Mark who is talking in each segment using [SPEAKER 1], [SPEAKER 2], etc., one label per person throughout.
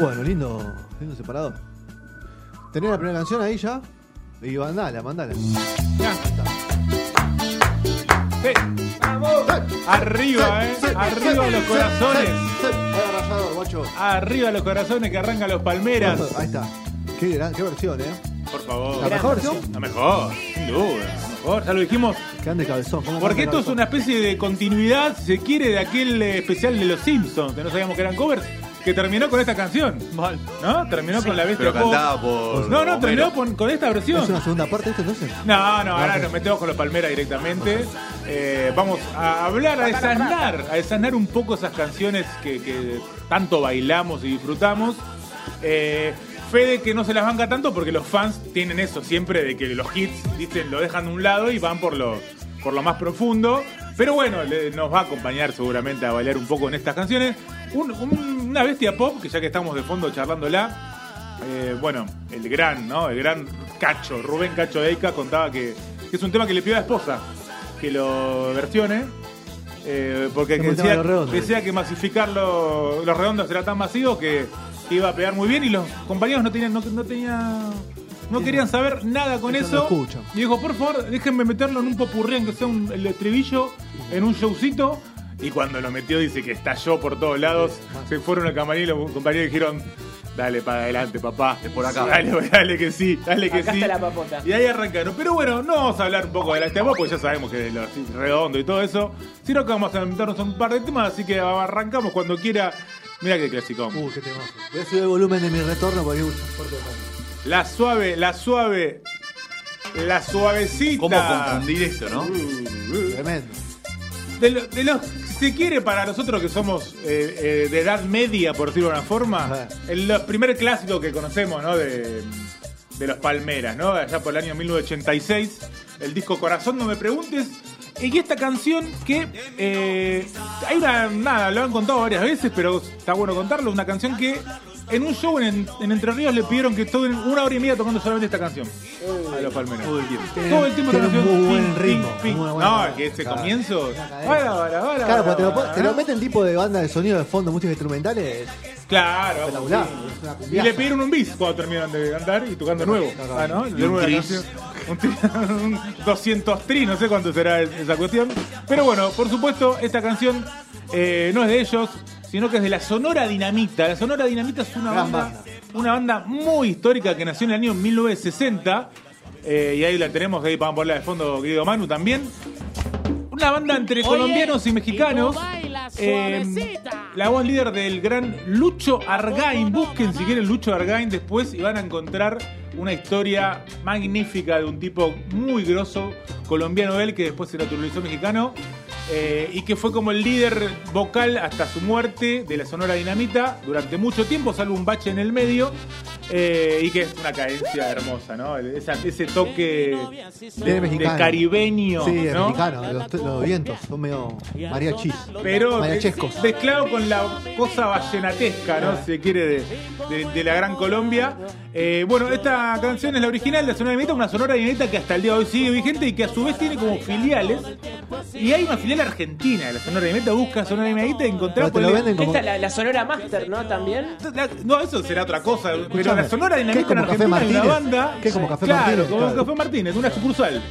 [SPEAKER 1] Bueno, lindo, lindo separado. ¿Tenés la primera canción ahí ya? Y mandala, mandala.
[SPEAKER 2] Ya. Sí. Arriba, eh. Arriba los corazones.
[SPEAKER 1] Vaya rayado, guacho.
[SPEAKER 2] Arriba los corazones que arrancan los palmeras.
[SPEAKER 1] Ahí está. Qué, gran- qué versión, eh.
[SPEAKER 2] Por favor.
[SPEAKER 1] La mejor versión.
[SPEAKER 2] La mejor, sin duda. La mejor, ya lo dijimos.
[SPEAKER 1] Que ande cabezón. ¿cómo
[SPEAKER 2] Porque
[SPEAKER 1] anda
[SPEAKER 2] esto es
[SPEAKER 1] cabezón?
[SPEAKER 2] una especie de continuidad, si se quiere, de aquel eh, especial de los Simpsons, que no sabíamos que eran covers, que terminó con esta canción. ¿No? Terminó con la bestia.
[SPEAKER 3] Pero
[SPEAKER 2] pop.
[SPEAKER 3] cantada por
[SPEAKER 2] No, no,
[SPEAKER 3] Homero.
[SPEAKER 2] terminó con, con esta versión.
[SPEAKER 1] ¿Es una segunda parte esto entonces?
[SPEAKER 2] No, no, ahora nos metemos con los Palmera directamente. Eh, vamos a hablar, a desanar, a desanar un poco esas canciones que, que tanto bailamos y disfrutamos. Eh, Fede que no se las banca tanto porque los fans tienen eso siempre de que los hits dicen, lo dejan de un lado y van por lo, por lo más profundo. Pero bueno, le- nos va a acompañar seguramente a bailar un poco en estas canciones. Un- un- una bestia pop, que ya que estamos de fondo charlándola, eh, bueno, el gran, ¿no? El gran Cacho, Rubén Cacho Deica contaba que, que es un tema que le pidió a la esposa que lo versione. eh, porque
[SPEAKER 1] Es
[SPEAKER 2] que
[SPEAKER 1] un tema de
[SPEAKER 2] decía,
[SPEAKER 1] Los Redondos.
[SPEAKER 2] decía que masificar lo- los redondos era tan masivo que iba a pegar muy bien y los compañeros no tenían, no, no tenía- no querían saber nada con
[SPEAKER 1] Eso
[SPEAKER 2] eso.
[SPEAKER 1] no lo escuchan.
[SPEAKER 2] y dijo, por favor, déjenme meterlo en un popurrí, aunque sea un, el estribillo, en un showcito. Y cuando lo metió dice que estalló por todos lados. Se fueron al camarín y los compañeros dijeron, dale para adelante, papá. Es
[SPEAKER 3] por acá.
[SPEAKER 2] Dale, dale que sí, dale que
[SPEAKER 4] Acá
[SPEAKER 2] sí.
[SPEAKER 4] está la papota.
[SPEAKER 2] Y ahí arrancaron. Pero bueno, no vamos a hablar un poco de la tema, porque ya sabemos que de los redondo y todo eso. Sino que vamos a inventarnos un par de temas, así que arrancamos cuando quiera. Mira qué clásico.
[SPEAKER 1] Uh, qué temazo. Voy a subir el volumen de mi retorno porque es un fuerte de
[SPEAKER 2] La suave, la suave. La suavecita. Uh,
[SPEAKER 3] ¿Cómo confundir esto, no?
[SPEAKER 1] Tremendo.
[SPEAKER 2] De, lo- de los, si quiere, para nosotros que somos eh, eh, de edad media, por decirlo de una forma,
[SPEAKER 1] Ajá.
[SPEAKER 2] el los primer clásico que conocemos, ¿no? De, de los Palmeras, ¿no? Allá por el año 1986, el disco Corazón, no me preguntes. Y esta canción que eh, hay una, nada, lo han contado varias veces, pero está bueno contarlo, una canción que en un show en, en Entre Ríos le pidieron que estuvieran una hora y media tocando solamente esta canción. A los Palmeras. Todo el tiempo. Todo el tiempo
[SPEAKER 1] Tiene
[SPEAKER 2] esta
[SPEAKER 1] un
[SPEAKER 2] canción,
[SPEAKER 1] muy buen
[SPEAKER 2] ping,
[SPEAKER 1] ritmo,
[SPEAKER 2] ping, ping.
[SPEAKER 1] muy buena
[SPEAKER 2] No,
[SPEAKER 1] cadena.
[SPEAKER 2] que ese
[SPEAKER 1] Claro.
[SPEAKER 2] comienzo.
[SPEAKER 1] Una cadena.
[SPEAKER 2] Hola, hola, hola,
[SPEAKER 1] Claro,
[SPEAKER 2] hola,
[SPEAKER 1] porque te lo,
[SPEAKER 2] hola,
[SPEAKER 1] pon- te lo
[SPEAKER 2] hola.
[SPEAKER 1] meten tipo de banda de sonido de fondo, música instrumentales.
[SPEAKER 2] Claro.
[SPEAKER 1] Espectacular.
[SPEAKER 2] sí.
[SPEAKER 1] pues, Es una
[SPEAKER 2] Y
[SPEAKER 1] cumbiaza.
[SPEAKER 2] le pidieron un bis cuando terminaron de cantar y tocando nuevo.
[SPEAKER 1] no, no.
[SPEAKER 2] Ah, ¿no? De
[SPEAKER 3] Y un
[SPEAKER 2] nuevo la
[SPEAKER 3] tris.
[SPEAKER 2] canción. Un tri- un 200 tri, no sé cuánto será es- esa cuestión. Pero bueno, por supuesto, esta canción eh, no es de ellos, sino que es de la Sonora Dinamita. La Sonora Dinamita es una
[SPEAKER 1] Gran
[SPEAKER 2] banda,
[SPEAKER 1] banda.
[SPEAKER 2] una banda muy histórica que nació en el año 1960. eh, y ahí la tenemos, ahí vamos a ponerla de fondo, querido Manu, también. Una banda entre colombianos y mexicanos.
[SPEAKER 5] y tú bailas
[SPEAKER 2] Eh,
[SPEAKER 5] suavecita.
[SPEAKER 2] la voz líder del gran Lucho Argain. Busquen si quieren Lucho Argain después y van a encontrar una historia magnífica de un tipo muy grosso, colombiano él, que después se naturalizó mexicano. eh, y que fue como el líder vocal hasta su muerte de la Sonora Dinamita durante mucho tiempo, salvo un bache en el medio, eh, y que es una cadencia hermosa, ¿no? Esa- ese toque
[SPEAKER 1] Tiene
[SPEAKER 2] de
[SPEAKER 1] mexicano.
[SPEAKER 2] caribeño.
[SPEAKER 1] Sí, es
[SPEAKER 2] ¿no?
[SPEAKER 1] mexicano. Los, los vientos son medio mariachis.
[SPEAKER 2] pero
[SPEAKER 1] Mariachescos.
[SPEAKER 2] mezclado con la cosa vallenatesca, ¿no? Si se quiere, de, de- de la Gran Colombia. Eh, bueno, esta canción es la original de Sonora Dinamita, una Sonora Dinamita que hasta el día de hoy sigue vigente y que a su vez tiene como filiales. Y hay una filial argentina de la Sonora Dinamita, busca Sonora Dinamita y encontrar...
[SPEAKER 1] Pero te lo venden como.
[SPEAKER 4] Esta es la, la Sonora Master, ¿no? También.
[SPEAKER 2] No, eso será otra cosa, pero la
[SPEAKER 1] Escuchame,
[SPEAKER 2] Sonora
[SPEAKER 1] ¿qué
[SPEAKER 2] Dinamita
[SPEAKER 1] es como
[SPEAKER 2] en
[SPEAKER 1] Café
[SPEAKER 2] Argentina es una
[SPEAKER 1] Martínez?
[SPEAKER 2] banda...
[SPEAKER 1] ¿Qué es como Café
[SPEAKER 2] claro,
[SPEAKER 1] Martínez?
[SPEAKER 2] como
[SPEAKER 1] Claro.
[SPEAKER 2] Café Martínez, una sucursal.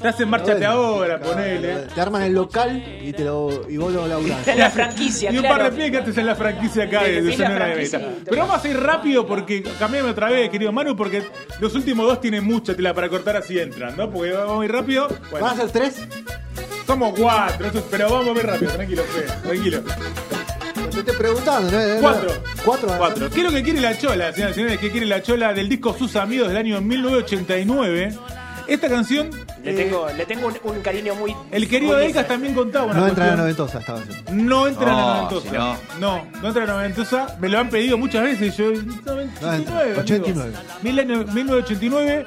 [SPEAKER 2] Te hacen márchate
[SPEAKER 1] Bueno,
[SPEAKER 2] ahora,
[SPEAKER 1] claro,
[SPEAKER 2] ponele.
[SPEAKER 1] Te arman el local y, te lo, y vos lo laburás.
[SPEAKER 4] Esta es la franquicia,
[SPEAKER 2] Y un
[SPEAKER 4] claro.
[SPEAKER 2] par de pibes que antes en la franquicia acá
[SPEAKER 4] Sí,
[SPEAKER 2] de, de
[SPEAKER 4] sí, la
[SPEAKER 2] Sonora de
[SPEAKER 4] franquicia.
[SPEAKER 2] Beta. Pero vamos a ir rápido porque cambiame otra vez, querido Manu, porque los últimos dos tienen mucha tela para cortar así entran, ¿no? Porque vamos a ir rápido. Bueno,
[SPEAKER 1] ¿Van a ser tres?
[SPEAKER 2] somos cuatro, eso- pero vamos a ver rápido, tranquilo, Fe, tranquilo.
[SPEAKER 1] Te estoy preguntando, ¿no?
[SPEAKER 2] Cuatro.
[SPEAKER 1] Cuatro. van a
[SPEAKER 2] Cuatro. ¿Qué es lo que quiere la Chola, señoras y señores? ¿Qué quiere la Chola del disco Sus Amigos del año 1989? Esta canción
[SPEAKER 4] Le
[SPEAKER 2] Eh,
[SPEAKER 4] tengo, le tengo un, un cariño muy.
[SPEAKER 2] El querido
[SPEAKER 4] muy-
[SPEAKER 2] Delcas también contaba una
[SPEAKER 1] No entra en la
[SPEAKER 2] cuestión.
[SPEAKER 1] noventosa esta canción.
[SPEAKER 2] No entra en la
[SPEAKER 3] No,
[SPEAKER 2] noventosa.
[SPEAKER 3] si no.
[SPEAKER 2] no, no entra en la noventosa. Me lo han pedido muchas veces. Yo, 99,
[SPEAKER 1] No, 89.
[SPEAKER 2] amigo. Mil años- 1989.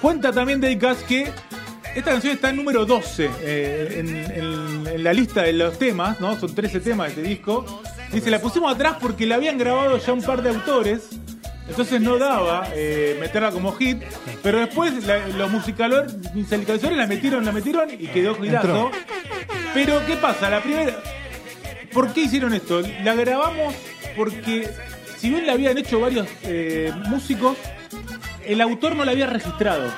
[SPEAKER 2] Cuenta también Delcas que esta canción está en número 12 eh, en, en- en la lista de los temas, ¿no? Son 13 temas de este disco. Dice, la pusimos atrás porque la habían grabado ya un par de autores. Entonces no daba eh, meterla como hit, pero después la- los musicalor- musicalizadores la metieron, la metieron y quedó girazo.
[SPEAKER 1] Entró.
[SPEAKER 2] Pero ¿qué pasa? La primera, ¿Por qué hicieron esto? La grabamos porque, si bien la habían hecho varios eh, músicos, el autor no la había registrado.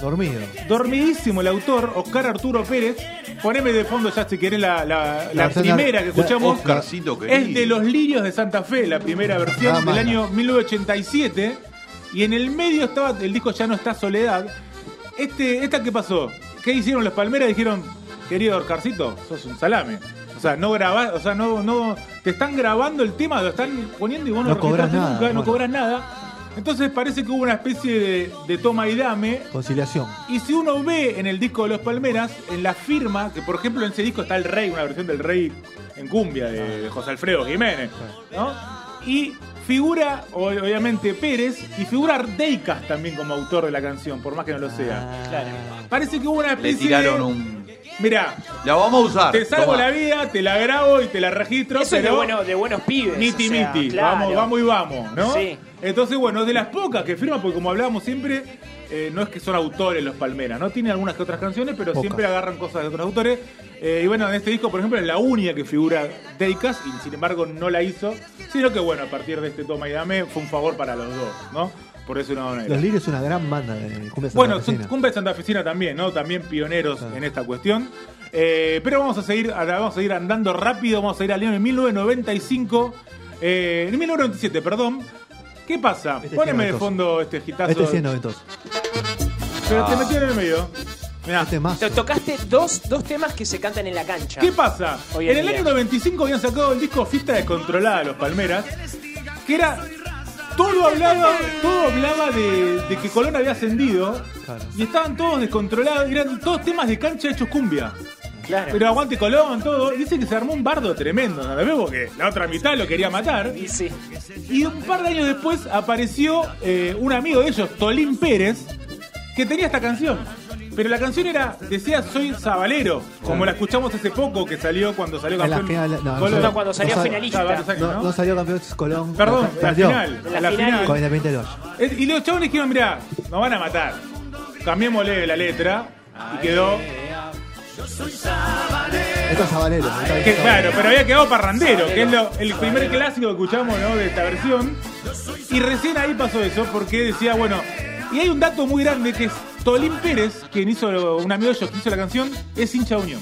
[SPEAKER 1] Dormido.
[SPEAKER 2] Dormidísimo el autor, Oscar Arturo Pérez. Poneme de fondo ya si querés la, la- la
[SPEAKER 1] La versión
[SPEAKER 2] primera
[SPEAKER 1] de-
[SPEAKER 2] que escuchamos.
[SPEAKER 3] Oscarcito querido.
[SPEAKER 2] es de Los Lirios de Santa Fe, la primera versión
[SPEAKER 1] Ah,
[SPEAKER 2] del
[SPEAKER 1] mala.
[SPEAKER 2] año 1987. Y en el medio estaba el disco Ya no está Soledad. Este, ¿Esta qué pasó? ¿Qué hicieron los Palmeras? Dijeron, querido Oscarcito, sos un salame. O sea, no grabás, o sea, no, no. Te están grabando el tema, lo están poniendo y vos no,
[SPEAKER 1] No cobras
[SPEAKER 2] registraste
[SPEAKER 1] nada,
[SPEAKER 2] nunca, no
[SPEAKER 1] bueno.
[SPEAKER 2] cobras nada. Entonces parece que hubo una especie de, de toma y dame
[SPEAKER 1] Conciliación.
[SPEAKER 2] y si uno ve en el disco de Los Palmeras, en la firma, que por ejemplo en ese disco está el Rey, una versión del Rey en cumbia de, de José Alfredo Jiménez, ¿no? Y figura, o- obviamente, Pérez y figura Deicas también como autor de la canción, por más que no lo sea. Parece que hubo una
[SPEAKER 3] Ah. Le
[SPEAKER 2] especie
[SPEAKER 3] tiraron
[SPEAKER 2] de-
[SPEAKER 3] un.
[SPEAKER 2] Mirá,
[SPEAKER 3] La vamos a usar.
[SPEAKER 2] te salvo
[SPEAKER 3] tomá.
[SPEAKER 2] la vida, te la grabo y te la registro,
[SPEAKER 4] Eso es de,
[SPEAKER 2] pero
[SPEAKER 4] bueno, de buenos pibes.
[SPEAKER 2] Niti
[SPEAKER 4] o sea,
[SPEAKER 2] miti,
[SPEAKER 4] claro.
[SPEAKER 2] vamos, vamos y vamos, ¿no?
[SPEAKER 4] Sí.
[SPEAKER 2] Entonces, bueno, es de las pocas que firman, porque como hablábamos siempre, eh, no es que son autores los Palmeras, ¿no? Tienen algunas que otras canciones, pero
[SPEAKER 1] Pocas.
[SPEAKER 2] siempre agarran cosas de otros autores. Eh, y bueno, en este disco, por ejemplo, es la única que figura Deicas, y sin embargo no la hizo, sino que bueno, a partir de este toma y dame fue un favor para los dos, ¿no? Por eso no, no era.
[SPEAKER 1] Los Lirios es una gran banda de cumbia
[SPEAKER 2] Bueno,
[SPEAKER 1] santafesina.
[SPEAKER 2] Cumbre Santa Oficina también, ¿no? También pioneros
[SPEAKER 1] Claro.
[SPEAKER 2] en esta cuestión. Eh, pero vamos a seguir ahora vamos a ir andando rápido, vamos a ir al año de 1995, eh, 1997, perdón. ¿Qué pasa?
[SPEAKER 1] Este es
[SPEAKER 2] Poneme de
[SPEAKER 1] noventoso.
[SPEAKER 2] fondo este gitazo.
[SPEAKER 1] Este sí es noventoso.
[SPEAKER 2] pero te
[SPEAKER 3] Ah.
[SPEAKER 2] metió en el medio. Mirá.
[SPEAKER 1] Este es más.
[SPEAKER 4] To- Tocaste dos, dos temas que se cantan en la cancha.
[SPEAKER 2] ¿Qué pasa?
[SPEAKER 4] Hoy en
[SPEAKER 2] en el
[SPEAKER 4] día.
[SPEAKER 2] año 95 habían sacado el disco Fiesta Descontrolada de los Palmeras, que era. Todo hablaba, todo hablaba de, de que Colón había ascendido
[SPEAKER 1] Claro.
[SPEAKER 2] y estaban todos descontrolados, y eran todos temas de cancha hechos cumbia.
[SPEAKER 4] Claro.
[SPEAKER 2] Pero aguante Colón, todo. Y Dice que se armó un bardo tremendo, ¿no? ¿Ves? Porque la otra mitad lo quería matar.
[SPEAKER 4] Y sí.
[SPEAKER 2] Y un par de años después apareció eh, un amigo de ellos, Tolín Pérez, que tenía esta canción. Pero la canción era, decía, soy sabalero, como la escuchamos hace poco que salió cuando salió
[SPEAKER 1] En la
[SPEAKER 2] campeón.
[SPEAKER 1] final- no, no
[SPEAKER 2] Colón.
[SPEAKER 1] salió-
[SPEAKER 4] No, cuando salió
[SPEAKER 1] no sal-
[SPEAKER 4] finalista.
[SPEAKER 2] Ah, salió,
[SPEAKER 1] No,
[SPEAKER 2] ¿no?
[SPEAKER 1] no salió campeón Colón.
[SPEAKER 2] Perdón, la
[SPEAKER 1] perdió
[SPEAKER 2] final.
[SPEAKER 4] La
[SPEAKER 2] La
[SPEAKER 4] final.
[SPEAKER 2] final.
[SPEAKER 1] Con Independiente de los.
[SPEAKER 2] Es- Y los chabones dijeron, mirá, nos van a matar. Cambiémosle la letra. Y quedó.
[SPEAKER 1] Esto es Sabalero. está bien,
[SPEAKER 2] que-
[SPEAKER 1] está
[SPEAKER 2] claro,
[SPEAKER 1] bien.
[SPEAKER 2] pero había quedado parrandero, que es lo- el primer clásico que escuchamos ¿no? de esta versión. Y recién ahí pasó eso, porque decía, bueno. Y hay un dato muy grande que es Tolín Pérez, quien hizo, un amigo de ellos que hizo la canción, es hincha de unión.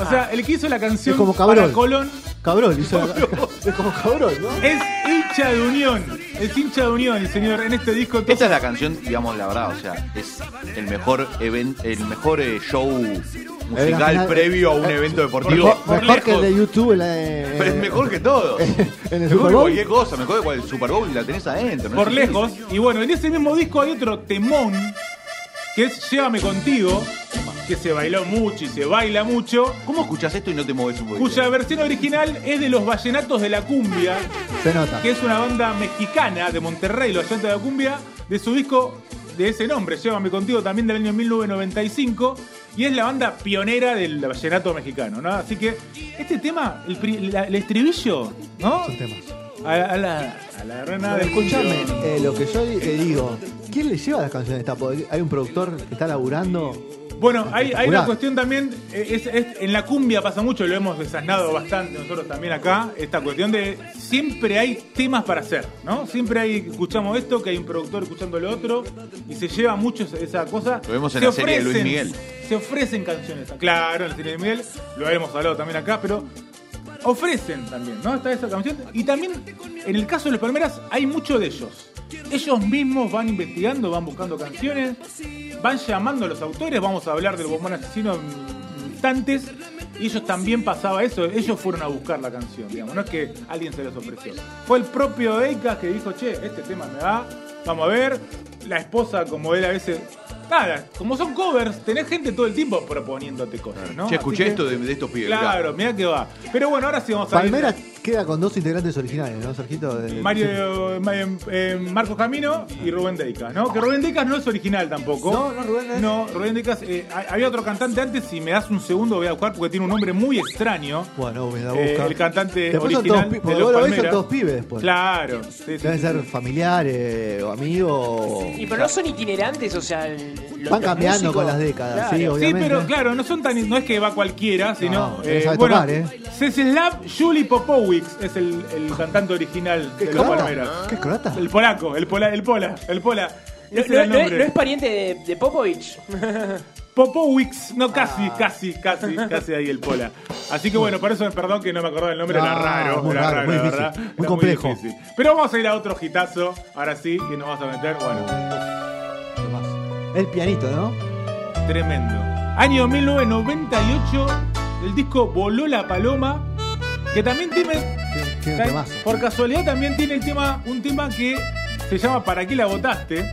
[SPEAKER 2] O sea, el que hizo la canción
[SPEAKER 1] Es como Cabrol.
[SPEAKER 2] para Colón
[SPEAKER 1] Cabrón, hizo. Es como cabrón, ¿no?
[SPEAKER 2] es hincha de unión. Es hincha de unión, el señor, en este disco. entonces-
[SPEAKER 3] Esta es la canción, digamos, la verdad, o sea, es el mejor event, el mejor eh, show
[SPEAKER 1] Eh, la
[SPEAKER 3] musical
[SPEAKER 1] final-
[SPEAKER 3] previo a un
[SPEAKER 1] eh,
[SPEAKER 3] evento deportivo.
[SPEAKER 1] Mejor, mejor
[SPEAKER 2] lejos.
[SPEAKER 1] que el de YouTube. en la- eh,
[SPEAKER 3] Pero es mejor que todo.
[SPEAKER 1] En el
[SPEAKER 3] Mejor
[SPEAKER 1] Super
[SPEAKER 3] que
[SPEAKER 1] Bowl.
[SPEAKER 3] cualquier cosa, mejor que cual- el Super Bowl la tenés adentro. ¿no?
[SPEAKER 2] por
[SPEAKER 3] Sí.
[SPEAKER 2] lejos. Y bueno, en ese mismo disco hay otro temón que es Llévame contigo, que se bailó mucho y se baila mucho,
[SPEAKER 3] ¿Cómo escuchás esto y no te mueves un poquito?
[SPEAKER 2] cuya versión original es de los Vallenatos de la Cumbia,
[SPEAKER 1] Se nota.
[SPEAKER 2] que es una banda mexicana de Monterrey, los Vallenatos de la Cumbia, de su disco de ese nombre, Llévame contigo, también del año 1995. Y es la banda pionera del vallenato mexicano, ¿no? Así que este tema, el, pri- la- el estribillo, ¿no?
[SPEAKER 1] Son temas.
[SPEAKER 2] A, a la, a la rana del
[SPEAKER 1] Escuchame,
[SPEAKER 2] cuchillo.
[SPEAKER 1] eh, lo que yo di- eh, digo, ¿quién le lleva las canciones esta? Porque hay un productor que está laburando.
[SPEAKER 2] Bueno, hay, hay
[SPEAKER 1] Espectacular.
[SPEAKER 2] una cuestión también, eh, es- es- en la cumbia pasa mucho, lo hemos desasnado bastante nosotros también acá, esta cuestión de siempre hay temas para hacer, ¿no? Siempre hay, escuchamos esto, que hay un productor escuchando lo otro, y se lleva mucho esa- esa cosa.
[SPEAKER 3] Lo vemos en
[SPEAKER 2] Se
[SPEAKER 3] la serie de Luis Miguel.
[SPEAKER 2] Se ofrecen canciones, claro, en la serie de Miguel, lo hemos hablado también acá, pero ofrecen también, ¿no? Está esa canción. Y también, en el caso de los Palmeras, hay mucho de ellos. Ellos mismos van investigando, van buscando canciones, van llamando a los autores, vamos a hablar del bombón asesino en instantes. Y ellos también pasaba eso, ellos fueron a buscar la canción, digamos, no es que alguien se los ofreció. Fue el propio Eika que dijo, che, este tema me va, vamos a ver. La esposa, como él a veces. Nada, como son covers, tenés gente todo el tiempo proponiéndote cosas, ¿no?
[SPEAKER 3] Che,
[SPEAKER 2] Así
[SPEAKER 3] escuché
[SPEAKER 2] que-
[SPEAKER 3] esto de, de estos pibes.
[SPEAKER 2] Claro, mirá que va. Pero bueno, ahora sí vamos a ir-
[SPEAKER 1] Palmera queda con dos integrantes originales, ¿no, Sergito? De-
[SPEAKER 2] Mario, eh, Mario, eh, Marcos Camino y Rubén Deicas, ¿no? Que Rubén Deicas no es original tampoco.
[SPEAKER 1] No, no, Rubén no es.
[SPEAKER 2] No, Rubén Deicas, eh, ha- había otro cantante antes, si me das un segundo voy a buscar porque tiene un nombre muy extraño.
[SPEAKER 1] Bueno, me la
[SPEAKER 2] Eh,
[SPEAKER 1] busca.
[SPEAKER 2] el cantante
[SPEAKER 1] Después son
[SPEAKER 2] original
[SPEAKER 1] todos pi-
[SPEAKER 2] de
[SPEAKER 1] porque
[SPEAKER 2] Los
[SPEAKER 1] vos lo ves, son
[SPEAKER 2] Palmeras.
[SPEAKER 1] todos pibes después.
[SPEAKER 2] Claro. sí, sí,
[SPEAKER 1] Deben
[SPEAKER 2] sí.
[SPEAKER 1] ser familiares eh, o amigos. o-
[SPEAKER 4] Y pero no son itinerantes, o sea. el- los-
[SPEAKER 1] Van
[SPEAKER 4] los
[SPEAKER 1] cambiando
[SPEAKER 4] músicos-
[SPEAKER 1] con las décadas, sí,
[SPEAKER 4] Claro.
[SPEAKER 2] Sí,
[SPEAKER 1] obviamente.
[SPEAKER 2] pero claro, no son tan no es que va cualquiera, sino
[SPEAKER 1] no, sabe
[SPEAKER 2] bueno,
[SPEAKER 1] tocar, ¿eh?
[SPEAKER 2] Czeslaw Juli Popowicz es el, el cantante original de Los
[SPEAKER 1] ¿Croata?
[SPEAKER 2] Palmeras.
[SPEAKER 1] ¿Qué es croata?
[SPEAKER 2] El polaco, el pola, el pola, el pola.
[SPEAKER 4] No,
[SPEAKER 2] Ese era
[SPEAKER 4] no-
[SPEAKER 2] el
[SPEAKER 4] no es,
[SPEAKER 2] nombre.
[SPEAKER 4] no es pariente de, de Popovich.
[SPEAKER 2] Popowicz, no casi,
[SPEAKER 1] Ah.
[SPEAKER 2] casi, casi, casi ahí el pola. Así que bueno, por eso perdón que no me acordaba el nombre, era
[SPEAKER 1] Ah,
[SPEAKER 2] raro,
[SPEAKER 1] muy
[SPEAKER 2] era
[SPEAKER 1] raro,
[SPEAKER 2] raro,
[SPEAKER 1] muy
[SPEAKER 2] la
[SPEAKER 1] difícil,
[SPEAKER 2] verdad.
[SPEAKER 1] muy
[SPEAKER 2] Era
[SPEAKER 1] complejo.
[SPEAKER 2] difícil. Pero vamos a ir a otro hitazo, ahora sí, y nos vamos a meter, bueno,
[SPEAKER 1] El pianito, ¿no?
[SPEAKER 2] tremendo. Año 1998, el disco Voló la Paloma, que también tiene
[SPEAKER 1] Tiene- Tiene un
[SPEAKER 2] Tan-
[SPEAKER 1] temazo.
[SPEAKER 2] Por casualidad también tiene el tema, un tema que se llama ¿Para qué la votaste?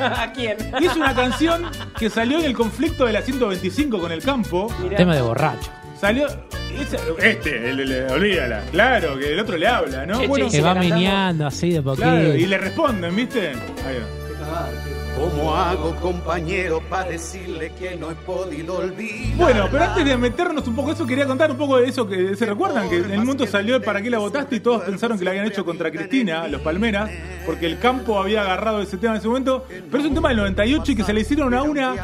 [SPEAKER 4] ¿A quién?
[SPEAKER 2] Y es una canción que salió en el conflicto de la 125 con el campo.
[SPEAKER 4] Mirá.
[SPEAKER 5] Tema de borracho.
[SPEAKER 2] Salió. es- este, el- el- olvídala. Claro, que el otro le habla, ¿no?
[SPEAKER 4] Che,
[SPEAKER 2] Bueno,
[SPEAKER 4] che,
[SPEAKER 5] Que va
[SPEAKER 4] la cantamos.
[SPEAKER 5] meneando así de poquito.
[SPEAKER 2] claro, y le responden, ¿viste? Ahí va.
[SPEAKER 6] ¿Cómo hago, compañero, para decirle que no he podido olvidar?
[SPEAKER 2] Bueno, pero antes de meternos un poco eso, quería contar un poco de eso que se recuerdan, que en el mundo salió el para qué la votaste y todos pensaron que la habían hecho contra Cristina, los Palmeras, porque el campo había agarrado ese tema en ese momento, pero es un tema del 98 y que se le hicieron a una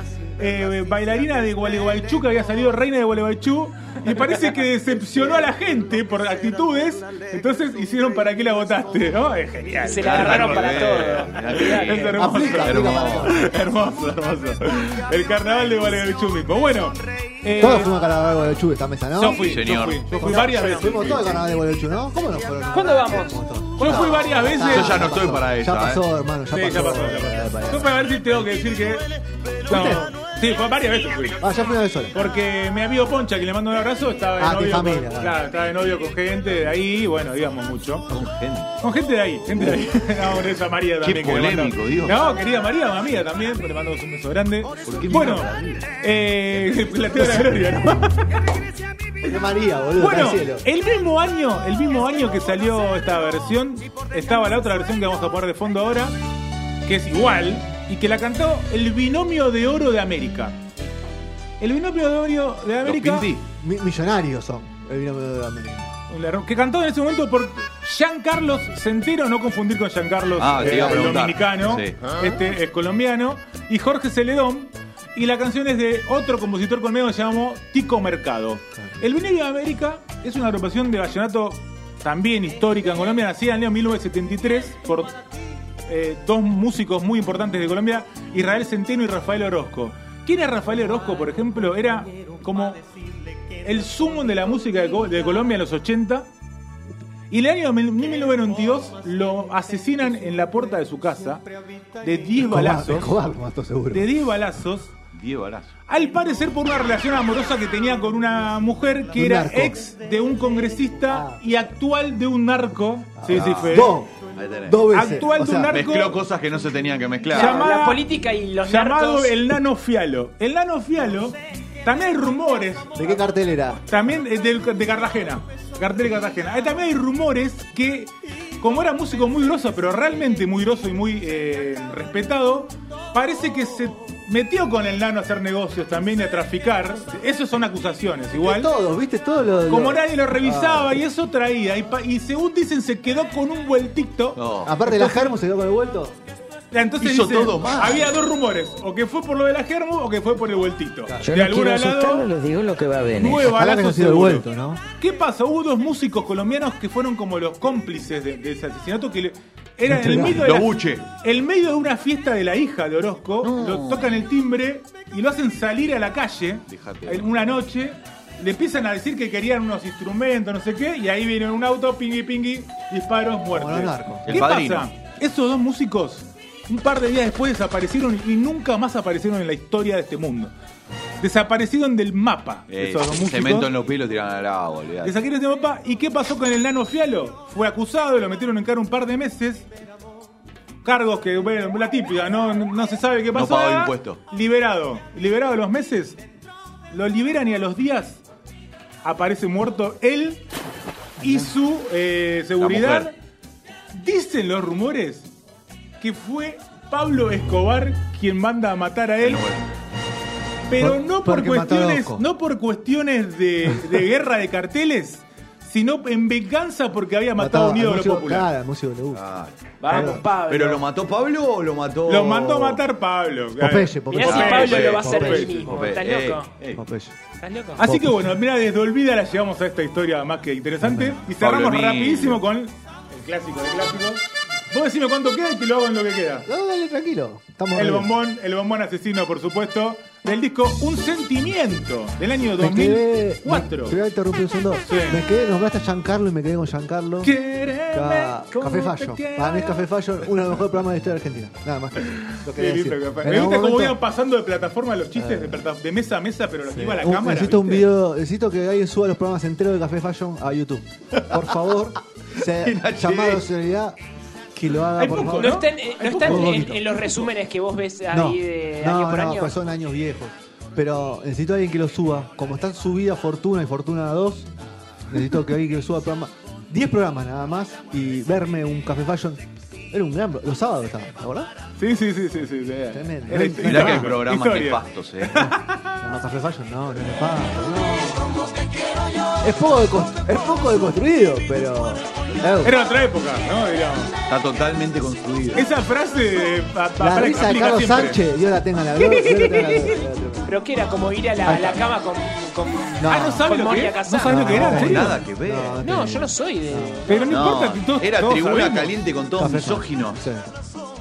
[SPEAKER 2] eh, bailarina de Gualeguaychú que había salido reina de Gualeguaychú y parece que decepcionó a la gente por actitudes, entonces hicieron para qué la votaste, ¿no? Es genial.
[SPEAKER 4] Se la agarraron para todo.
[SPEAKER 2] Es
[SPEAKER 3] todo.
[SPEAKER 2] hermoso.
[SPEAKER 1] Aplica,
[SPEAKER 2] hermoso,
[SPEAKER 1] aplica.
[SPEAKER 2] hermoso, hermoso. El carnaval de Gualeguaychú mismo. Bueno, eh,
[SPEAKER 1] Todos fuimos a carnaval de Gualechu esta mesa, ¿no?
[SPEAKER 2] yo fui,
[SPEAKER 3] Señor.
[SPEAKER 2] yo fui, yo fui varias veces.
[SPEAKER 1] Fuimos todos al carnaval de Gualechu, ¿no? ¿Cómo no fueron?
[SPEAKER 4] ¿Cuándo vamos?
[SPEAKER 1] Fuimos todos.
[SPEAKER 2] Yo fui varias veces.
[SPEAKER 3] Yo ya no estoy
[SPEAKER 1] pasó.
[SPEAKER 3] para esa,
[SPEAKER 1] Ya pasó,
[SPEAKER 3] eh.
[SPEAKER 1] hermano, ya
[SPEAKER 2] Sí,
[SPEAKER 1] pasó.
[SPEAKER 2] ya pasó, ya pasó. Yo para ver si tengo que decir que. No. Sí, fue varias veces fui.
[SPEAKER 1] Ah, ya fui una vez sola.
[SPEAKER 2] Porque mi amigo Poncha, que le mando un abrazo, estaba de
[SPEAKER 1] Ah, tu
[SPEAKER 2] novio.
[SPEAKER 1] familia,
[SPEAKER 2] con,
[SPEAKER 1] claro.
[SPEAKER 2] claro, estaba de novio con gente de ahí, bueno, digamos mucho. Con gente de ahí, gente de ahí. No, por eso a María también. que le mando-
[SPEAKER 3] polémico, Dios.
[SPEAKER 2] No, querida María, mamía también, pues le mando un beso grande.
[SPEAKER 3] qué me
[SPEAKER 2] bueno,
[SPEAKER 3] manda a mí?
[SPEAKER 2] eh, la tía de la gloria, ¿no?
[SPEAKER 1] Es de María, boludo,
[SPEAKER 2] Bueno,
[SPEAKER 1] está el cielo.
[SPEAKER 2] el mismo año, el mismo año que salió esta versión, estaba la otra versión que vamos a poner de fondo ahora, que es igual, y que la cantó el binomio de oro de América. El binomio de oro de América.
[SPEAKER 3] Pinti.
[SPEAKER 1] Mi- millonarios son. El binomio de América.
[SPEAKER 2] la- Que cantó en ese momento por Giancarlos Centeno, no confundir con Giancarlos
[SPEAKER 3] Ah, te iba a
[SPEAKER 2] el
[SPEAKER 3] preguntar.
[SPEAKER 2] dominicano,
[SPEAKER 3] Sí.
[SPEAKER 2] este es colombiano, y Jorge Celedón. Y la canción es de otro compositor colombiano que se llamó Tico Mercado. El Vinilo de América es una agrupación de vallenato también histórica en Colombia, nacida en el año 1973 por eh, dos músicos muy importantes de Colombia, Israel Centeno y Rafael Orozco. ¿Quién era Rafael Orozco, por ejemplo? Era como el sumo de la música de, Co- de Colombia en los 80. Y en el año mil- 1992 lo asesinan en la puerta de su casa de 10 balazos.
[SPEAKER 1] Escobar, lo mató seguro.
[SPEAKER 2] De 10 balazos.
[SPEAKER 3] Diego Arazo.
[SPEAKER 2] Al parecer por una relación amorosa que tenía con una mujer que
[SPEAKER 1] Un
[SPEAKER 2] era
[SPEAKER 1] narco. Ah.
[SPEAKER 2] ex de un congresista y actual de un narco. Sí, sí, Fede.
[SPEAKER 1] Dos.
[SPEAKER 3] Ahí tenés.
[SPEAKER 1] Dos veces.
[SPEAKER 2] Actual
[SPEAKER 1] o
[SPEAKER 2] de
[SPEAKER 1] sea,
[SPEAKER 2] un narco.
[SPEAKER 3] Mezcló cosas que no se tenían que mezclar.
[SPEAKER 2] Llamá-
[SPEAKER 4] la política y los
[SPEAKER 2] Llamado
[SPEAKER 4] narcos.
[SPEAKER 2] el Nano Fialo. El Nano Fialo, también hay rumores
[SPEAKER 1] ¿De qué cartel era?
[SPEAKER 2] También es del- de, Cartagena. Cartel de Cartagena. Ahí también hay rumores que, como era músico muy groso, pero realmente muy groso y muy eh, respetado, parece que se metió con el nano a hacer negocios también y a traficar. Esas son acusaciones, igual.
[SPEAKER 1] Todos, ¿viste? Todos los. los-
[SPEAKER 2] Como
[SPEAKER 1] Ah.
[SPEAKER 2] nadie
[SPEAKER 3] Ah.
[SPEAKER 2] lo revisaba y eso traía. Y, pa- y según dicen, se quedó con un vueltito.
[SPEAKER 3] No.
[SPEAKER 1] Aparte de la Germo se quedó con el vuelto.
[SPEAKER 2] Entonces
[SPEAKER 3] Hizo
[SPEAKER 2] dice,
[SPEAKER 3] todo mal.
[SPEAKER 2] había dos rumores. O que fue por lo de la germo o que fue por el vueltito.
[SPEAKER 7] Yo
[SPEAKER 2] de
[SPEAKER 7] no quiero
[SPEAKER 2] alguna
[SPEAKER 7] asustarlo,
[SPEAKER 2] lado,
[SPEAKER 7] les digo lo que va a venir.
[SPEAKER 2] nueve
[SPEAKER 1] Ojalá que no
[SPEAKER 2] balazos
[SPEAKER 1] sido el
[SPEAKER 2] seguro.
[SPEAKER 1] vuelto, ¿no?
[SPEAKER 2] ¿Qué pasa? Hubo dos músicos colombianos que fueron como los cómplices de, de ese asesinato que le- eran en el medio de
[SPEAKER 3] Lo
[SPEAKER 2] la-
[SPEAKER 3] buche.
[SPEAKER 2] el medio de una fiesta de la hija de Orozco, lo tocan el timbre y lo hacen salir a la calle
[SPEAKER 3] Fíjate.
[SPEAKER 2] en una noche, le empiezan a decir que querían unos instrumentos, no sé qué, y ahí viene un auto, pingui pingui, disparos,
[SPEAKER 1] Como los
[SPEAKER 2] muertes.
[SPEAKER 1] narcos.
[SPEAKER 2] ¿Qué
[SPEAKER 3] El padrino.
[SPEAKER 2] pasa? Esos dos músicos un par de días después desaparecieron y nunca más aparecieron en la historia de este mundo. desaparecieron del mapa.
[SPEAKER 3] Eh,
[SPEAKER 2] esos dos músicos.
[SPEAKER 3] cemento en los pies lo tiran al agua,
[SPEAKER 2] Le
[SPEAKER 3] olvidate.
[SPEAKER 2] saqué este mapa. ¿Y qué pasó con el nano Fialo? Fue acusado, lo metieron en cara un par de meses. Cargos que, bueno, la típica, no, no se sabe qué
[SPEAKER 3] No
[SPEAKER 2] pasó.
[SPEAKER 3] pagó impuesto.
[SPEAKER 2] Liberado. Liberado a los meses. Lo liberan y a los días aparece muerto él y su eh, seguridad.
[SPEAKER 3] mujer.
[SPEAKER 2] Dicen los rumores que fue Pablo Escobar quien manda a matar a él. Pero
[SPEAKER 1] Por-
[SPEAKER 2] no por
[SPEAKER 1] porque mató a
[SPEAKER 2] cuestiones,
[SPEAKER 1] Orozco.
[SPEAKER 2] no por cuestiones de, de guerra de carteles, sino en venganza porque había matado a un ídolo
[SPEAKER 1] músico,
[SPEAKER 2] popular.
[SPEAKER 1] Claro, al músico le gusta.
[SPEAKER 3] Ah,
[SPEAKER 4] Vamos, Pablo.
[SPEAKER 3] ¿Pero lo mató Pablo o lo mató.?
[SPEAKER 2] Lo mandó a matar Pablo. claro.
[SPEAKER 1] Popeye, Popeye.
[SPEAKER 4] Mirá si
[SPEAKER 3] Popeye,
[SPEAKER 4] Pablo lo va a hacer
[SPEAKER 1] Popeye,
[SPEAKER 4] él mismo.
[SPEAKER 3] Popeye,
[SPEAKER 4] ¿Estás
[SPEAKER 3] eh,
[SPEAKER 4] loco?
[SPEAKER 3] eh.
[SPEAKER 1] Popeye.
[SPEAKER 4] ¿Estás loco?
[SPEAKER 2] Así que bueno, mira, desde Olvida la llevamos a esta historia más que interesante. Y cerramos
[SPEAKER 3] Pablo Emilio.
[SPEAKER 2] rapidísimo con el clásico de clásicos. Vos decime cuánto queda y te lo hago en lo que queda.
[SPEAKER 1] No, dale, tranquilo. Estamos
[SPEAKER 2] El
[SPEAKER 1] bien.
[SPEAKER 2] bombón, el bombón asesino, por supuesto, del disco Un Sentimiento, del año
[SPEAKER 1] Me quedé. me-
[SPEAKER 2] 2004.
[SPEAKER 1] Te voy a interrumpir un segundo. Me quedé, nombraste a Giancarlo y me quedé con Giancarlo.
[SPEAKER 2] Quiereme
[SPEAKER 1] Ca-
[SPEAKER 2] como
[SPEAKER 1] Café
[SPEAKER 2] te
[SPEAKER 1] Fallo.
[SPEAKER 2] quiero.
[SPEAKER 1] Para mí es Café Fallo, uno de los mejores programas de la historia de Argentina. Nada más. Lo
[SPEAKER 2] Sí,
[SPEAKER 1] quería
[SPEAKER 2] listo,
[SPEAKER 1] decir.
[SPEAKER 2] capaz.
[SPEAKER 1] En
[SPEAKER 2] Me
[SPEAKER 1] algún
[SPEAKER 2] gusta cómo
[SPEAKER 1] momento-
[SPEAKER 2] iban pasando de plataforma los chistes de, plata- de mesa a mesa, pero los que iba a la
[SPEAKER 1] Un-
[SPEAKER 2] cámara.
[SPEAKER 1] Uh, necesito un
[SPEAKER 2] ¿viste?
[SPEAKER 1] video, necesito que alguien suba los programas enteros de Café Fashion a YouTube. Por favor, se,
[SPEAKER 3] En HD.
[SPEAKER 1] llamado a seguridad que lo haga,
[SPEAKER 2] Hay
[SPEAKER 1] por
[SPEAKER 2] poco,
[SPEAKER 1] favor.
[SPEAKER 4] No están, eh, no
[SPEAKER 2] Hay
[SPEAKER 4] están
[SPEAKER 1] poco
[SPEAKER 4] en,
[SPEAKER 1] poquito.
[SPEAKER 4] en los resúmenes que vos ves ahí
[SPEAKER 1] No,
[SPEAKER 4] de
[SPEAKER 1] no,
[SPEAKER 4] año por
[SPEAKER 1] no,
[SPEAKER 4] año.
[SPEAKER 1] pues son años viejos. Pero necesito a alguien que lo suba. Como están subidas Fortuna y Fortuna 2, necesito que alguien que lo suba programa. 10 programas nada más y verme un Café Fashion. Era un gran. pro- Los sábados estaba, ¿te acordás?
[SPEAKER 2] Sí, sí, sí, sí. sí, sí.
[SPEAKER 1] Tremendo.
[SPEAKER 2] Era
[SPEAKER 1] Mirá
[SPEAKER 3] Mirá que hay
[SPEAKER 2] historia.
[SPEAKER 3] programas
[SPEAKER 2] Historia.
[SPEAKER 3] nefastos, eh.
[SPEAKER 1] No, Café Fashion no, no es nefasto, no. Es poco, de cons- es poco deconstruido, pero. Eh,
[SPEAKER 2] Era otra época, ¿no? Digamos.
[SPEAKER 3] Está totalmente construido.
[SPEAKER 2] Esa frase. eh, pa- pa-
[SPEAKER 1] La
[SPEAKER 2] para-
[SPEAKER 1] risa de
[SPEAKER 2] aplica
[SPEAKER 1] Carlos
[SPEAKER 2] siempre.
[SPEAKER 1] Sánchez, Dios la tenga en la gloria. Dios la tenga en la gloria.
[SPEAKER 4] Pero que era como ir a la, a la cama con, con,
[SPEAKER 1] No.
[SPEAKER 2] Ah, no sabe
[SPEAKER 4] con
[SPEAKER 2] lo
[SPEAKER 4] Moria
[SPEAKER 2] que es. No
[SPEAKER 4] Kazan.
[SPEAKER 2] sabe lo que
[SPEAKER 1] No,
[SPEAKER 2] era, ¿en serio?
[SPEAKER 3] Nada que ver.
[SPEAKER 1] No,
[SPEAKER 4] No, yo no soy de.
[SPEAKER 2] Pero no,
[SPEAKER 3] No,
[SPEAKER 2] importa, todos-
[SPEAKER 3] era
[SPEAKER 2] todos
[SPEAKER 3] tribuna
[SPEAKER 2] sabemos.
[SPEAKER 3] caliente con todos
[SPEAKER 1] Café
[SPEAKER 3] misóginos.
[SPEAKER 1] Sí.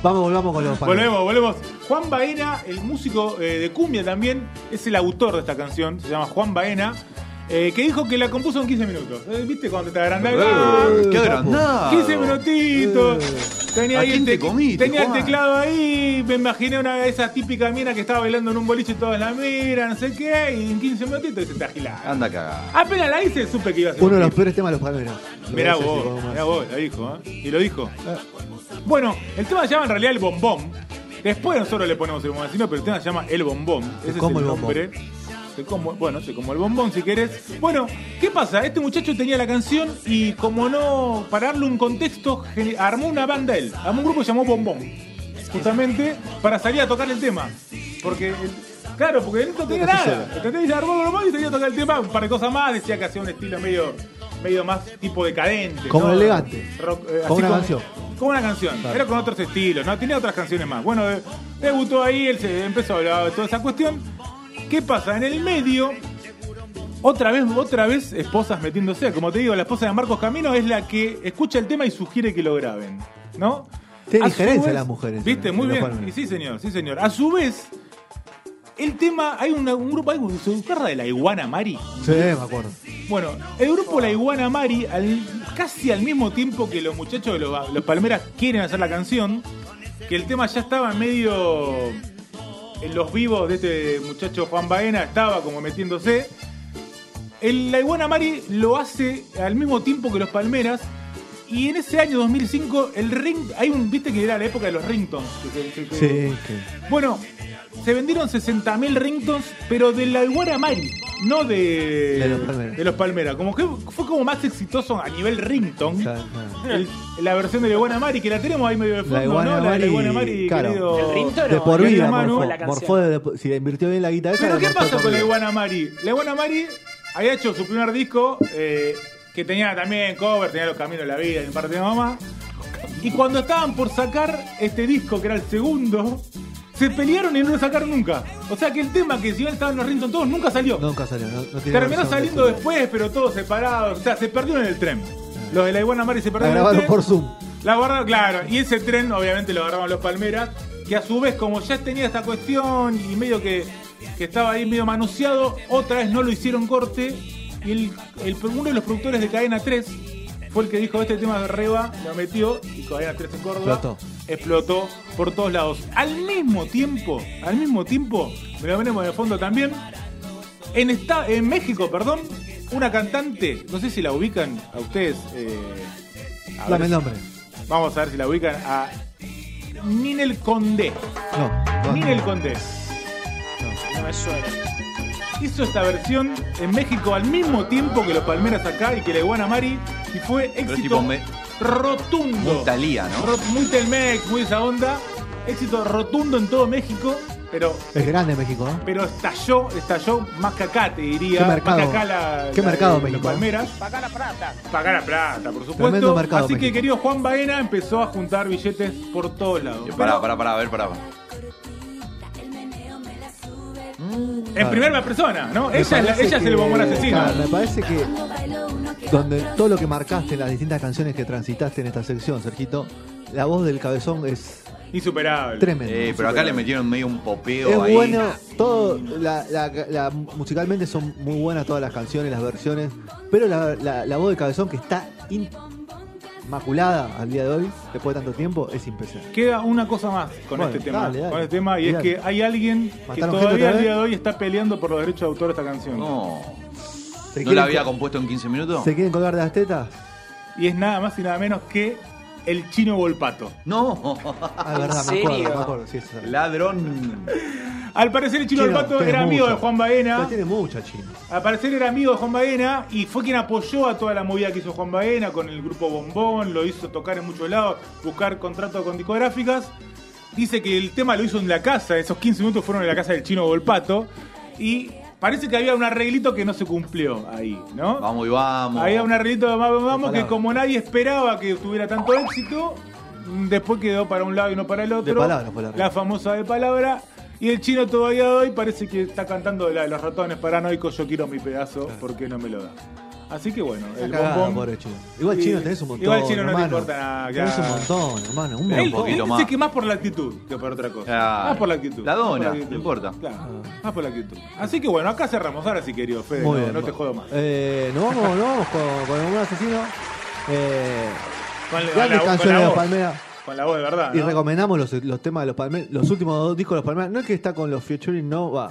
[SPEAKER 1] Vamos, volvamos con los paneles.
[SPEAKER 2] Volvemos, volvemos. Juan Baena, el músico eh, de cumbia también, es el autor de esta canción, se llama Juan Baena, eh, que dijo que la compuso en 15 minutos. Eh, ¿Viste cuando te agrandás?
[SPEAKER 3] Eh,
[SPEAKER 1] papu.
[SPEAKER 3] ¡Qué agrandado!
[SPEAKER 2] 15 minutitos. Tenía,
[SPEAKER 3] Eh. ¿A
[SPEAKER 2] ahí el
[SPEAKER 3] quién te
[SPEAKER 2] tec-
[SPEAKER 3] comiste,
[SPEAKER 2] tenía el
[SPEAKER 3] Juan?
[SPEAKER 2] teclado ahí. Me imaginé una de esas típicas minas que estaba bailando en un boliche y todas la miran, no sé qué. Y en 15 minutitos se te agilaba.
[SPEAKER 3] Anda Eh, cagada.
[SPEAKER 2] Apenas la hice, supe que iba a ser.
[SPEAKER 1] Uno de
[SPEAKER 2] un
[SPEAKER 1] los
[SPEAKER 2] hit.
[SPEAKER 1] peores temas de los palmeros.
[SPEAKER 2] Mirá
[SPEAKER 1] Lo voy a decir
[SPEAKER 2] vos,
[SPEAKER 1] como
[SPEAKER 2] mirá
[SPEAKER 1] más.
[SPEAKER 2] vos, lo dijo, ¿eh? Y lo dijo. Bueno, el tema se llama en realidad el bombón. Después nosotros le ponemos el bombón, pero el tema se llama el bombón. Ese es el
[SPEAKER 1] como el bombón.
[SPEAKER 2] nombre. Se como- bueno, se como el bombón si querés. Bueno, ¿qué pasa? Este muchacho tenía la canción y como no, para darle un contexto, gene- armó una banda él. Armó un grupo que llamó Bombón. Justamente para salir a tocar el tema. Porque, claro, porque él no tenía
[SPEAKER 1] Era
[SPEAKER 2] nada. ¿Entendés? Armó Bombón y salía a tocar el tema. Un par de cosas más, decía que hacía un estilo medio, medio más tipo decadente.
[SPEAKER 1] Como
[SPEAKER 2] ¿no?
[SPEAKER 1] elegante.
[SPEAKER 2] Rock, eh,
[SPEAKER 1] Como
[SPEAKER 2] así
[SPEAKER 1] una
[SPEAKER 2] como-
[SPEAKER 1] canción.
[SPEAKER 2] como una canción,
[SPEAKER 1] Claro.
[SPEAKER 2] era con otros estilos, ¿no? Tenía otras canciones más. Bueno, de- debutó ahí, él se empezó a hablar de toda esa cuestión. ¿Qué pasa? En el medio, otra vez, otra vez, esposas metiéndose. Como te digo, la esposa de Marcos Camino es la que escucha el tema y sugiere que lo graben, ¿no?
[SPEAKER 1] Tiene
[SPEAKER 2] A su
[SPEAKER 1] injerencia
[SPEAKER 2] vez-
[SPEAKER 1] las mujeres,
[SPEAKER 2] Viste,
[SPEAKER 1] en-
[SPEAKER 2] muy
[SPEAKER 1] en los
[SPEAKER 2] bien.
[SPEAKER 1] cuernos.
[SPEAKER 2] Y sí, señor, sí, señor. A su vez, el tema, hay una- un grupo, hay, un- ¿se acuerda de la iguana Mari?
[SPEAKER 1] Sí, me acuerdo.
[SPEAKER 2] Bueno, el grupo La Iguana Mari, al- casi al mismo tiempo que los muchachos de los, los Palmeras quieren hacer la canción, que el tema ya estaba medio en los vivos de este muchacho Juan Baena, estaba como metiéndose. El, la Iguana Mari lo hace al mismo tiempo que los Palmeras. Y en ese año 2005, el ring. Hay un. Viste que era la época de los ringtones. que se- que-
[SPEAKER 1] Sí,
[SPEAKER 2] que-
[SPEAKER 1] que.
[SPEAKER 2] bueno, se vendieron 60.000 ringtones, pero de la Iguana Mari, no de,
[SPEAKER 1] De los Palmera.
[SPEAKER 2] de los Palmera. Como que fue como más exitoso a nivel ringtone.
[SPEAKER 1] Claro, claro.
[SPEAKER 2] el- la versión de la Iguana Mari, que la tenemos ahí medio de fondo,
[SPEAKER 1] Iguana
[SPEAKER 2] ¿no? La de la
[SPEAKER 1] Mari,
[SPEAKER 2] Iguana Mari,
[SPEAKER 1] claro.
[SPEAKER 2] querido.
[SPEAKER 4] El ringtone.
[SPEAKER 1] De
[SPEAKER 4] Pero
[SPEAKER 1] por
[SPEAKER 2] querido
[SPEAKER 1] vida,
[SPEAKER 2] Manu,
[SPEAKER 1] morfó.
[SPEAKER 4] la canción.
[SPEAKER 1] Morfó de- de- si le invirtió bien la guita esa.
[SPEAKER 2] Pero
[SPEAKER 1] la
[SPEAKER 2] ¿qué
[SPEAKER 1] morfó
[SPEAKER 2] pasó
[SPEAKER 1] por
[SPEAKER 2] con la
[SPEAKER 1] vida.
[SPEAKER 2] Iguana Mari? La Iguana Mari había hecho su primer disco, eh, que tenía también cover, tenía Los Caminos de la Vida y un par de mamá. Y cuando estaban por sacar este disco, que era el segundo, se pelearon y no lo sacaron nunca. O sea que el tema que si bien estaban los Rinton todos nunca salió.
[SPEAKER 1] Nunca salió. No, no tiene
[SPEAKER 2] Terminó
[SPEAKER 1] versión de
[SPEAKER 2] saliendo
[SPEAKER 1] estudio.
[SPEAKER 2] después, pero todos separados. O sea, se perdieron en el tren. Los de la Iguana Mari se
[SPEAKER 1] La
[SPEAKER 2] perdieron en el
[SPEAKER 1] grabaron
[SPEAKER 2] tren.
[SPEAKER 1] por Zoom.
[SPEAKER 2] La guardaron, claro. Y ese tren, obviamente, lo agarraron los Palmeras. Que a su vez, como ya tenía esta cuestión y medio que, que estaba ahí medio manuseado, otra vez no lo hicieron corte. Y el, el- uno de los productores de Cadena 3 fue el que dijo: Este tema de Reba lo metió. Y Cadena 3 en Córdoba
[SPEAKER 1] Explotó.
[SPEAKER 2] explotó por todos lados. Al mismo tiempo, al mismo tiempo, me lo veremos de fondo también. En, esta, en México, perdón, una cantante, no sé si la ubican a ustedes. eh, a ver
[SPEAKER 1] Dame el
[SPEAKER 2] si-
[SPEAKER 1] nombre.
[SPEAKER 2] Vamos a ver si la ubican a Ninel Condé.
[SPEAKER 1] No. no,
[SPEAKER 2] Ninel Condé
[SPEAKER 4] No me suena.
[SPEAKER 2] hizo esta versión en México al mismo tiempo que los Palmeras acá y que la Iguana Mari y fue éxito
[SPEAKER 3] es tipo me-
[SPEAKER 2] rotundo.
[SPEAKER 3] Muy Thalía, ¿no?
[SPEAKER 2] Ro- muy Telmex, muy esa onda. Éxito rotundo en todo México, pero
[SPEAKER 1] Es grande México, ¿eh?
[SPEAKER 2] pero estalló, estalló más que acá, te diría.
[SPEAKER 1] Qué mercado.
[SPEAKER 2] Más que acá la,
[SPEAKER 1] Qué
[SPEAKER 2] la-
[SPEAKER 1] mercado,
[SPEAKER 2] los
[SPEAKER 1] México. ¿eh?
[SPEAKER 2] Palmeras.
[SPEAKER 4] Pagar la plata.
[SPEAKER 2] Pagar la plata, por supuesto.
[SPEAKER 1] Tremendo mercado,
[SPEAKER 2] Así que,
[SPEAKER 1] México.
[SPEAKER 2] querido Juan Baena, empezó a juntar billetes por todos lados.
[SPEAKER 3] Pará,
[SPEAKER 2] Pero
[SPEAKER 3] pará, pará, a ver, pará.
[SPEAKER 2] En primera persona, ¿no?
[SPEAKER 1] Me
[SPEAKER 2] Ella, es la-
[SPEAKER 1] parece
[SPEAKER 2] ella es
[SPEAKER 1] que-
[SPEAKER 2] el bombón asesino.
[SPEAKER 1] claro, me parece que donde todo lo que marcaste en las distintas canciones que transitaste en esta sección, Sergito, la voz del cabezón es
[SPEAKER 2] Insuperable.
[SPEAKER 1] tremenda.
[SPEAKER 3] Eh, pero acá le metieron medio un popeo
[SPEAKER 1] es
[SPEAKER 3] ahí.
[SPEAKER 1] bueno, todo, la- la- la- musicalmente son muy buenas todas las canciones, las versiones, pero la, la- la voz del cabezón que está in- inmaculada al día de hoy, después de tanto tiempo, es impresionante.
[SPEAKER 2] Queda una cosa más con
[SPEAKER 1] Bueno,
[SPEAKER 2] este tema.
[SPEAKER 1] dale, dale.
[SPEAKER 2] Con este tema, y es
[SPEAKER 1] Dale.
[SPEAKER 2] que hay alguien que
[SPEAKER 1] ¿Mataron gente
[SPEAKER 2] todavía
[SPEAKER 1] otra
[SPEAKER 2] al
[SPEAKER 1] vez?
[SPEAKER 2] día de hoy está peleando por los derechos de autor de esta canción.
[SPEAKER 3] No.
[SPEAKER 1] ¿Se
[SPEAKER 3] ¿No la
[SPEAKER 1] quieren
[SPEAKER 3] había
[SPEAKER 1] co-
[SPEAKER 3] compuesto en 15 minutos?
[SPEAKER 1] ¿Se quieren colgar de las tetas?
[SPEAKER 2] Y es nada más y nada menos que el chino Volpato.
[SPEAKER 3] No.
[SPEAKER 1] Ah, es verdad, me
[SPEAKER 4] serio?
[SPEAKER 1] acuerdo, me acuerdo, sí, es verdad.
[SPEAKER 3] Ladrón.
[SPEAKER 2] Al parecer el chino,
[SPEAKER 1] Chino,
[SPEAKER 2] Volpato
[SPEAKER 1] tenés
[SPEAKER 2] era amigo
[SPEAKER 1] mucho.
[SPEAKER 2] de Juan Baena.
[SPEAKER 1] Pero tiene mucha china.
[SPEAKER 2] Al parecer era amigo de Juan Baena y fue quien apoyó a toda la movida que hizo Juan Baena con el grupo Bombón, lo hizo tocar en muchos lados, buscar contratos con discográficas. Dice que el tema lo hizo en la casa, esos 15 minutos fueron en la casa del chino Volpato y parece que había un arreglito que no se cumplió ahí, ¿no?
[SPEAKER 3] Vamos y vamos.
[SPEAKER 2] Había un arreglito de Vamos Vamos que
[SPEAKER 1] palabra.
[SPEAKER 2] como nadie esperaba que tuviera tanto éxito, mm, después quedó para un lado y no para el otro.
[SPEAKER 1] De palabra fue el arreglo.
[SPEAKER 2] la famosa de palabra. Y el chino todavía hoy parece que está cantando la de los ratones paranoicos, yo quiero mi pedazo, porque no me lo da. Así que bueno, el
[SPEAKER 1] Cagada,
[SPEAKER 2] bombón.
[SPEAKER 1] pobre chino. Igual chino
[SPEAKER 2] Y-
[SPEAKER 1] tenés un montón.
[SPEAKER 2] igual chino no te
[SPEAKER 1] hermano.
[SPEAKER 2] importa nada,
[SPEAKER 1] Tenés un
[SPEAKER 2] claro.
[SPEAKER 1] montón, hermano. Un
[SPEAKER 3] Pero
[SPEAKER 2] Él,
[SPEAKER 3] un
[SPEAKER 1] montón.
[SPEAKER 3] poquito
[SPEAKER 2] él
[SPEAKER 3] más.
[SPEAKER 2] dice que más por la actitud que por otra cosa.
[SPEAKER 3] Claro.
[SPEAKER 2] Más por la actitud.
[SPEAKER 3] La
[SPEAKER 2] más por
[SPEAKER 3] dona,
[SPEAKER 2] actitud.
[SPEAKER 3] no importa.
[SPEAKER 2] Claro, más por la actitud. Así que bueno, acá cerramos. Ahora sí, querido Fede,
[SPEAKER 1] Ah. Muy
[SPEAKER 2] no,
[SPEAKER 1] bien.
[SPEAKER 2] no te jodo más.
[SPEAKER 1] Eh, nos vamos, nos vamos con, con el bombón asesino. Eh,
[SPEAKER 2] Con la-
[SPEAKER 1] grandes
[SPEAKER 2] con la
[SPEAKER 1] canciones de los
[SPEAKER 2] voz.
[SPEAKER 1] Palmeras.
[SPEAKER 2] Con la voz de verdad.
[SPEAKER 1] Y
[SPEAKER 2] ¿no?
[SPEAKER 1] recomendamos los, los temas de los Palmeras. Los últimos dos discos de los Palmeras. No es que está con los featuring, no va.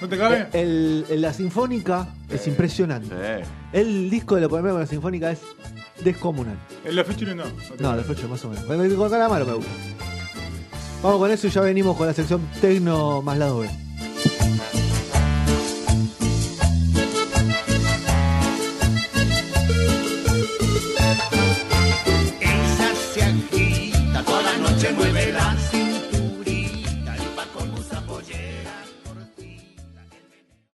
[SPEAKER 2] ¿No te cabe?
[SPEAKER 1] Eh, El, el- la Sinfónica es impresionante.
[SPEAKER 3] Sí.
[SPEAKER 1] El disco de los Palmeras con la Sinfónica es descomunal.
[SPEAKER 2] En los featuring no. no te
[SPEAKER 1] No,
[SPEAKER 2] cabe.
[SPEAKER 1] de fecho, más o menos. Con- Con cada mano me gusta. Vamos con eso y ya venimos con la sección Tecno más lado B.